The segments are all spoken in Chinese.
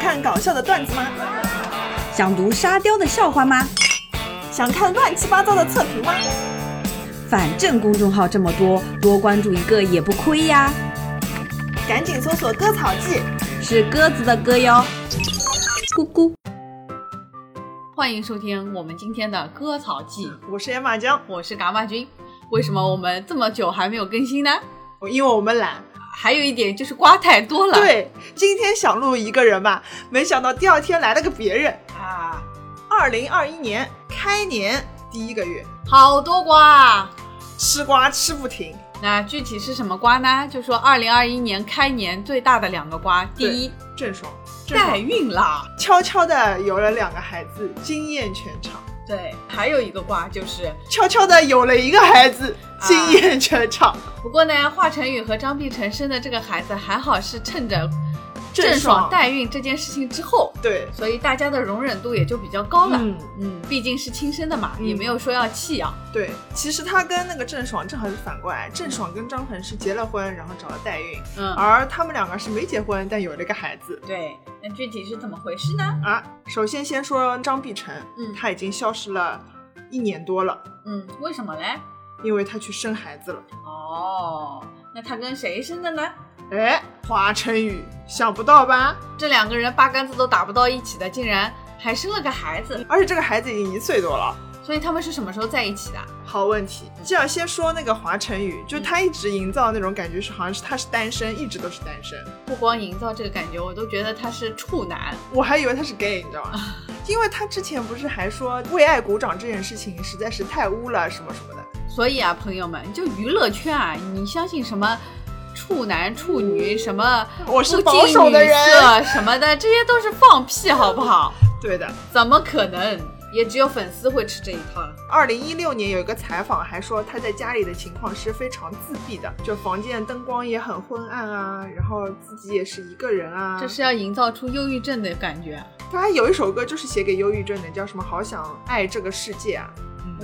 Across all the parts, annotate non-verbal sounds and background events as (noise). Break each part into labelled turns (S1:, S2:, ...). S1: 看搞笑的段子吗？
S2: 想读沙雕的笑话吗？
S1: 想看乱七八糟的测评吗？
S2: 反正公众号这么多，多关注一个也不亏呀。
S1: 赶紧搜索“割草记
S2: 是鸽子的歌哟，咕咕。欢迎收听我们今天的《割草记》，”，
S1: 我是野马江，
S2: 我是蛤蟆君。为什么我们这么久还没有更新呢？
S1: 我因为我们懒。
S2: 还有一点就是瓜太多了。
S1: 对，今天想录一个人吧，没想到第二天来了个别人啊！二零二一年开年第一个月，
S2: 好多瓜。
S1: 吃瓜吃不停。
S2: 那具体是什么瓜呢？就说二零二一年开年最大的两个瓜，第
S1: 对
S2: 一
S1: 郑爽，郑
S2: 代
S1: 爽
S2: 孕啦，
S1: 悄悄的有了两个孩子，惊艳全场。
S2: 对，还有一个瓜就是
S1: 悄悄的有了一个孩子，惊艳全场。
S2: 不过呢，华晨宇和张碧晨生的这个孩子还好是趁着
S1: 郑爽
S2: 郑爽代孕这件事情之后，
S1: 对，
S2: 所以大家的容忍度也就比较高了。
S1: 嗯
S2: 嗯，毕竟是亲生的嘛，
S1: 嗯
S2: 也没有说要弃养。
S1: 对，其实他跟那个郑爽正好是反过来，郑爽跟张恒是结了婚，然后找了代孕，
S2: 嗯，
S1: 而他们两个是没结婚，但有了一个孩子
S2: 对。那具体是怎么回事呢？
S1: 啊。首先先说张碧晨，
S2: 嗯
S1: 他已经消失了一年多了，
S2: 嗯，为什么嘞？
S1: 因为他去生孩子了。
S2: 哦，那他跟谁生的呢？
S1: 哎，华晨宇，想不到吧？
S2: 这两个人八竿子都打不到一起的，竟然还生了个孩子，
S1: 而且这个孩子已经一岁多了。
S2: 所以他们是什么时候在一起的？
S1: 好问题，这样先说那个华晨宇，就他一直营造那种感觉是好像是他是单身，一直都是单身。
S2: 不光营造这个感觉，我都觉得他是处男。
S1: 我还以为他是 gay，你知道吗？
S2: (laughs)
S1: 因为他之前不是还说为爱鼓掌这件事情实在是太污了什么什么的。
S2: 所以啊，朋友们，就娱乐圈啊，你相信什么处男、处女，什么
S1: 我是
S2: 不
S1: 保
S2: 近
S1: 守的
S2: 女
S1: 人，
S2: 色什么的，这些都是放屁，好不好？ (laughs)
S1: 对的。
S2: 怎么可能？也只有粉丝会吃这一套了。
S1: 二零一六年有一个采访还说他在家里的情况是非常自闭的，就房间灯光也很昏暗啊，然后自己也是一个人啊。
S2: 这是要营造出忧郁症的感觉啊。
S1: 他还有一首歌就是写给忧郁症的，叫什么？好想爱这个世界啊。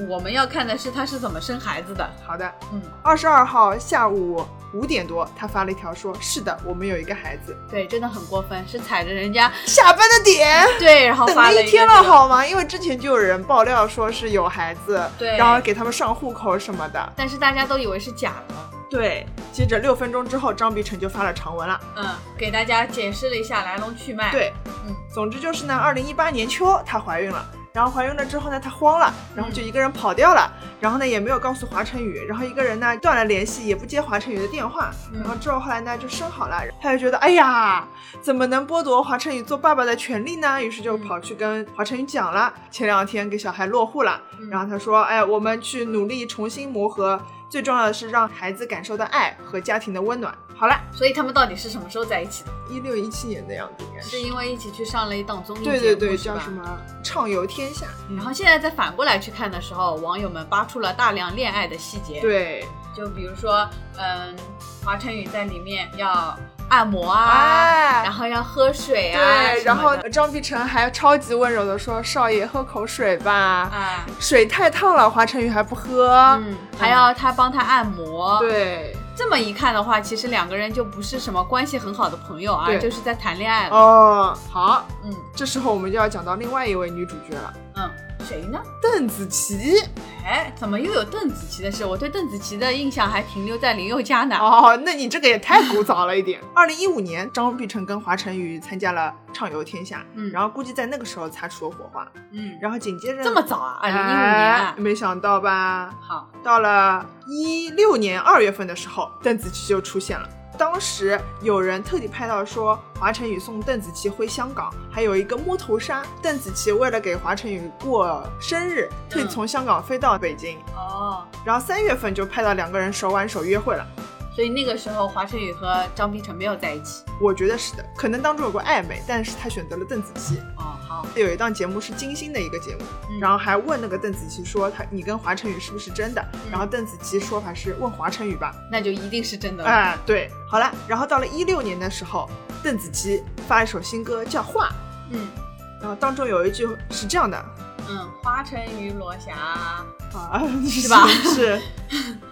S2: 我们要看的是他是怎么生孩子的。
S1: 好的，
S2: 嗯，
S1: 二十二号下午五点多，他发了一条说：“是的，我们有一个孩子。
S2: 对，真的很过分，是踩着人家”
S1: 下班的点。
S2: 对，然后
S1: 等
S2: 发
S1: 了 (laughs)
S2: 了
S1: 一天
S2: 个
S1: 了，
S2: 这个。
S1: 好吗？因为之前就有人爆料说是有孩子，
S2: 对
S1: 然后给他们上户口什么的。
S2: 但是大家都以为是假的。
S1: 对，接着六分钟之后，张碧晨就发了长文了。
S2: 嗯，给大家解释了一下来龙去脉。，
S1: 对，
S2: 嗯，
S1: 总之就是呢，二零一八年秋她怀孕了。然后怀孕了之后呢，她慌了，然
S2: 嗯
S1: 后就一个人跑掉了，然后呢也没有告诉华晨宇，然后一个人呢断了联系，也不接华晨宇的电话，
S2: 嗯
S1: 然后之后后来呢就生好了，她就觉得哎呀，怎么能剥夺华晨宇做爸爸的权利呢？于是就
S2: 嗯
S1: 跑去跟华晨宇讲了，前两天给小孩落户了，
S2: 嗯
S1: 然后他说，哎，我们去努力重新磨合，最重要的是让孩子感受到爱和家庭的温暖。好了，
S2: 所以他们到底是什么时候在一起的？
S1: 一六一七年的样子应该
S2: 是因为一起去上了一档综艺节目，
S1: 对对对，
S2: 是
S1: 叫
S2: 吧嗯
S1: 什？么《畅游天下》。
S2: 然后现在再反过来去看的时候，网友们扒出了大量恋爱的细节。，
S1: 对
S2: 就比如说，嗯，华晨宇在里面要按摩啊，
S1: 哎
S2: 然后要喝水啊，
S1: 对，
S2: 什
S1: 然
S2: 么
S1: 后
S2: 的
S1: 张碧晨还超级温柔的说：“少爷，喝口水吧，
S2: 啊，
S1: 水太烫了。”华晨宇还不喝。
S2: 嗯，还要他帮他按摩。，
S1: 对，
S2: 这么一看的话，其实两个人就不是什么关系很好的朋友啊，
S1: 对
S2: 就是在谈恋爱了。
S1: 哦，好，
S2: 嗯
S1: 这时候我们就要讲到另外一位女主角了，
S2: 嗯，谁呢？
S1: 邓紫棋。
S2: 哎，怎么又有邓紫棋的事？我对邓紫棋的印象还停留在林宥嘉
S1: (laughs)
S2: 呢。
S1: 哦，那你这个也太古早了一点。二零一五年，张碧晨跟华晨宇参加了《畅游天下》，
S2: 嗯
S1: 然后估计在那个时候擦出了火花，
S2: 嗯，
S1: 然后紧接着
S2: 这么早啊，二零一五年
S1: 哎
S2: 啊。
S1: 没想到吧？
S2: 好，
S1: 到了一六年二月份的时候，邓紫棋就出现了。当时有人特地拍到说，华晨宇送邓紫棋回香港，还有一个摸头杀。邓紫棋为了给华晨宇过生日，
S2: 嗯
S1: 特地从香港飞到北京。
S2: 哦，
S1: 然后三月份就拍到两个人手挽手约会了。
S2: 所以那个时候华晨宇和张碧晨没有在一起。
S1: 我觉得是的，可能当中有过暧昧，但是他选择了邓紫棋。
S2: 哦，好，
S1: 有一档节目是金星的一个节目，
S2: 嗯
S1: 然后还问那个邓紫棋说他你跟华晨宇是不是真的？
S2: 嗯
S1: 然后邓紫棋说法是问华晨宇吧，
S2: 那就一定是真的了。
S1: 哎，对，好了，然后到了一六年的时候，邓紫棋发了一首新歌叫《画》，
S2: 嗯
S1: 然后当中有一句是这样的
S2: 嗯，华晨宇、罗霞
S1: 啊，
S2: 是吧
S1: 是，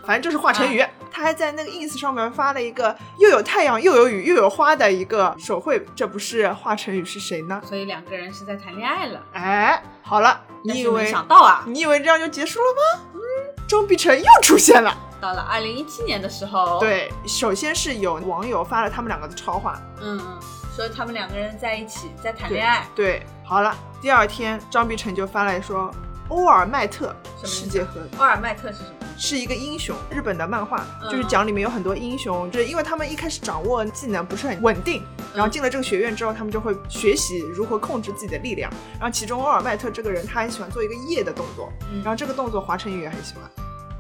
S1: 反正就是华晨宇。
S2: 啊
S1: 他还在那个 ins 上面发了一个又有太阳又有雨又有花的一个手绘，这不是华晨宇是谁呢？
S2: 所以两个人是在谈恋爱了。
S1: 哎，好了，
S2: 但
S1: 你以
S2: 是没
S1: 为
S2: 想到啊，
S1: 你以为这样就结束了吗？嗯，钟碧晨又出现了。
S2: 到了二零一七年的时候，，
S1: 对，首先是有网友发了他们两个的超话。
S2: 嗯，嗯，说他们两个人在一起在谈恋爱，
S1: 对，好了，第二天张碧晨就发来说，欧尔麦特
S2: 什么意思
S1: 世界和
S2: 奥尔麦特是什么？
S1: 是一个英雄，日本的漫画，
S2: 嗯
S1: 就是讲里面有很多英雄，就是因为他们一开始掌握技能不是很稳定，
S2: 嗯
S1: 然后进了这个学院之后，他们就会学习如何控制自己的力量。然后其中欧尔麦特这个人，他很喜欢做一个夜的动作，
S2: 嗯
S1: 然后这个动作华晨宇也很喜欢。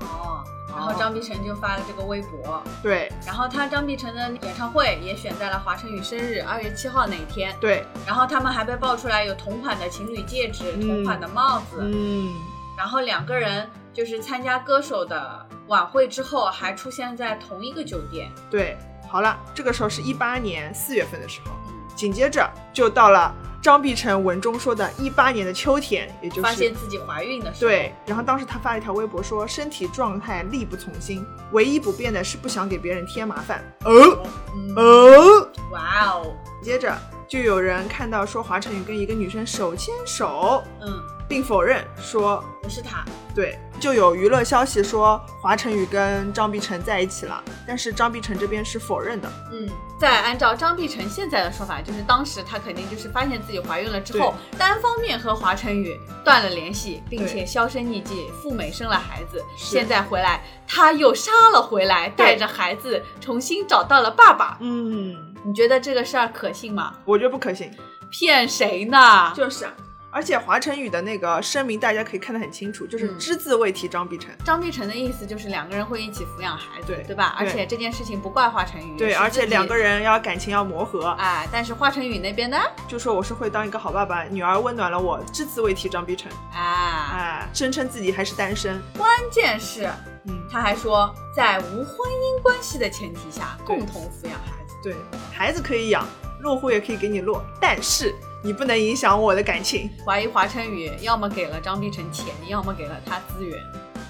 S2: 哦，然后张碧晨就发了这个微博，
S1: 对
S2: 然后他张碧晨的演唱会也选在了华晨宇生日二月七号那一天，
S1: 对，
S2: 然后他们还被爆出来有同款的情侣戒指、
S1: 嗯
S2: 同款的帽子，
S1: 嗯，
S2: 然后两个人就是参加歌手的晚会之后还出现在同一个酒店，
S1: 对，好了，这个时候是一八年四月份的时候，紧接着就到了张碧晨文中说的一八年的秋天，也就
S2: 发
S1: 是
S2: 现自己怀孕的时候，
S1: 对。然后当时他发了一条微博说，身体状态力不从心，唯一不变的是不想给别人添麻烦。哦
S2: 嗯，
S1: 哦，
S2: 哇哦，
S1: 接着就有人看到说华晨宇跟一个女生手牵手，
S2: 嗯，
S1: 并否认说
S2: 不是他，
S1: 对，就有娱乐消息说华晨宇跟张碧晨在一起了，但是张碧晨这边是否认的。
S2: 嗯，再按照张碧晨现在的说法，就是当时她肯定就是发现自己怀孕了之后，单方面和华晨宇断了联系，并且销声匿迹，赴美生了孩子。
S1: 是
S2: 现在回来，她又杀了回来，带着孩子重新找到了爸爸。
S1: 嗯，
S2: 你觉得这个事儿可信吗？
S1: 我觉得不可信。
S2: 骗谁呢？
S1: 就是啊，而且华晨宇的那个声明大家可以看得很清楚，就是
S2: 嗯
S1: 只字未提张碧晨。
S2: 张碧晨的意思就是两个人会一起抚养孩子，
S1: 对
S2: 吧？而
S1: 对
S2: 且这件事情不怪华晨宇，
S1: 对，而且两个
S2: 人。
S1: 人要感情要磨合，
S2: 哎，但是华晨宇那边呢？
S1: 就说我是会当一个好爸爸，女儿温暖了我，只字未提张碧晨，
S2: 哎，
S1: 哎，声称自己还是单身，
S2: 关键是
S1: 嗯，
S2: 他还说，在无婚姻关系的前提下，
S1: 对
S2: 共同抚养孩子。
S1: 对，孩子可以养，落户也可以给你落，但是你不能影响我的感情，
S2: 怀疑华晨宇要么给了张碧晨钱，要么给了他资源，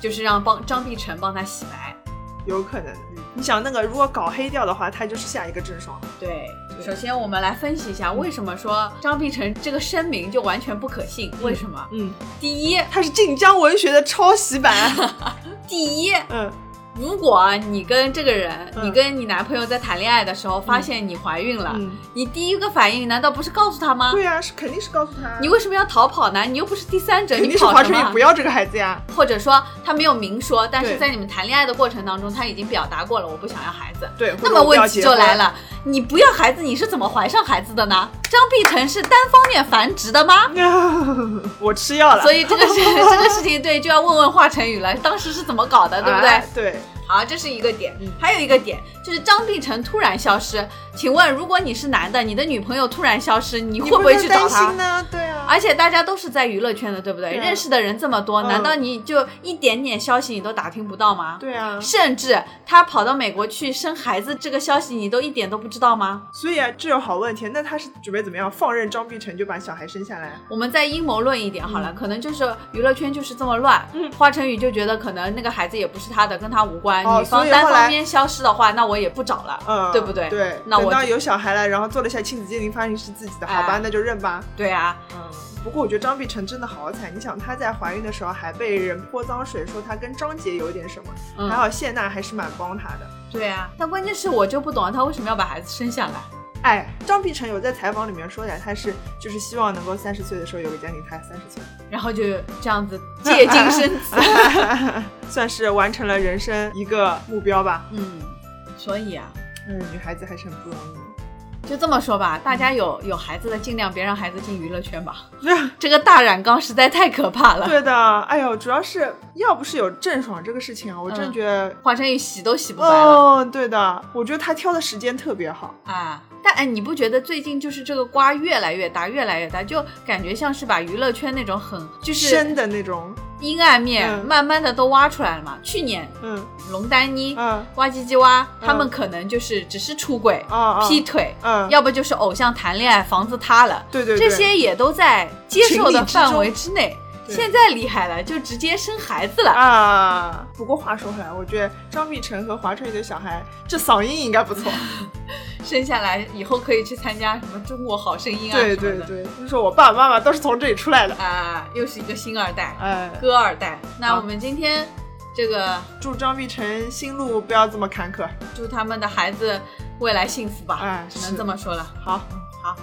S2: 就是让帮张碧晨帮他洗白。
S1: 有可能
S2: 嗯。
S1: 你想那个如果搞黑掉的话，他就是下一个郑爽，
S2: 对，
S1: 对
S2: 首先我们来分析一下，为什么说张碧晨这个声明就完全不可信？为什么？
S1: 嗯，
S2: 第一，
S1: 他是晋江文学的抄袭
S2: (laughs)
S1: 版，
S2: 第一，
S1: 嗯，
S2: 如果你跟这个人，
S1: 嗯
S2: 你跟你男朋友在谈恋爱的时候发现你怀孕了，
S1: 嗯
S2: 你第一个反应难道不是告诉他吗？
S1: 对啊，是肯定是告诉他，
S2: 你为什么要逃跑呢？你又不是第三者，
S1: 肯
S2: 你
S1: 定是
S2: 跑
S1: 华
S2: 什
S1: 晨
S2: 么
S1: 宇不要这个孩子呀，
S2: 或者说他没有明说，但是
S1: 对
S2: 在你们谈恋爱的过程当中，他已经表达过了我不想要孩子。
S1: 对，或者
S2: 那么
S1: 我不要
S2: 问题
S1: 结
S2: 就
S1: 婚
S2: 来，了，你不要孩子，你是怎么怀上孩子的呢？张碧晨是单方面繁殖的吗？
S1: (laughs) 我吃药了，
S2: 所以这个事 (laughs) 这个事情，对，就要问问华晨宇了，当时是怎么搞的，对不对？
S1: 哎对，
S2: 好，这是一个点
S1: 嗯，
S2: 还有一个点就是张碧晨突然消失，请问如果你是男的，你的女朋友突然消失，你会不会去找哎
S1: 担
S2: 她
S1: 心？呢？对啊，
S2: 而且大家都是在娱乐圈的，对不对？
S1: 对啊
S2: 认识的人这么多，
S1: 嗯
S2: 难道你就一点点消息你都打听不到吗？
S1: 对啊，
S2: 甚至他跑到美国去生孩子这个消息，你都一点都不知道吗？
S1: 所以啊，这有好问题。那他是准备怎么样？放任张碧晨就把小孩生下来？
S2: 我们再阴谋论一点好了，可能就是娱乐圈就是这么乱。
S1: 嗯
S2: 华晨宇就觉得可能那个孩子也不是他的，跟他无关。
S1: 哦
S2: 女方
S1: 所以
S2: 单
S1: 后来
S2: 方面消失的话，那我也不找了，
S1: 嗯，
S2: 对不对？
S1: 对。
S2: 那我
S1: 等到
S2: 就
S1: 有小孩了，然后做了一下亲子鉴定，发现是自己的，好吧，
S2: 哎
S1: 那就认吧。
S2: 对啊，
S1: 嗯。不过我觉得张碧晨真的好惨，你想她在怀孕的时候还被人泼脏水，说她跟张杰有点什么，
S2: 嗯
S1: 还好谢娜还是蛮帮她的。
S2: 对啊。但关键是我就不懂他为什么要把孩子生下来。
S1: 哎，张碧晨有在采访里面说的，她是就是希望能够三十岁的时候有个家庭，她三十岁。
S2: 然后就这样子借精生子，
S1: (laughs) 算是完成了人生一个目标吧。
S2: 嗯，所以啊，
S1: 嗯，女孩子还是很不容易。
S2: 就这么说吧，大家有有孩子的，尽量别让孩子进娱乐
S1: (laughs)
S2: 圈吧。这个大染缸实在太可怕了。
S1: 对的，哎呦，主要是要不是有郑爽这个事情啊，我真
S2: 嗯
S1: 觉得，
S2: 华晨宇洗都洗不白了、
S1: 哦，对的，我觉得他挑的时间特别好。
S2: 啊！但哎，你不觉得最近就是这个瓜越来越大，越来越大，就感觉像是把娱乐圈那种很就是
S1: 深的那种，
S2: 阴暗面，
S1: 嗯
S2: 慢慢的都挖出来了嘛。去年
S1: 嗯
S2: 龙丹妮、
S1: 嗯
S2: 哇唧唧哇，
S1: 嗯
S2: 他们可能就是只是出轨、
S1: 啊啊，
S2: 劈腿，
S1: 嗯，
S2: 要不就是偶像谈恋爱，房子塌了。
S1: 对对对
S2: 这些也都在接受的范围之内。
S1: 对
S2: 现在厉害了，就直接生孩子了。
S1: 啊。不过话说回来，我觉得张碧晨和华晨宇的小孩，这嗓音应该不错。
S2: 生下来以后可以去参加什么中国好声音啊
S1: 对
S2: 什么
S1: 对
S2: 的
S1: 对，就是我爸爸妈妈都是从这里出来的。
S2: 啊，又是一个星二代，
S1: 哎，
S2: 哥二代。那
S1: 好
S2: 我们今天这个
S1: 祝张碧晨心路不要这么坎坷。
S2: 祝他们的孩子未来幸福吧，
S1: 哎
S2: 啊只
S1: 是
S2: 能这么说了。
S1: 好，
S2: 好，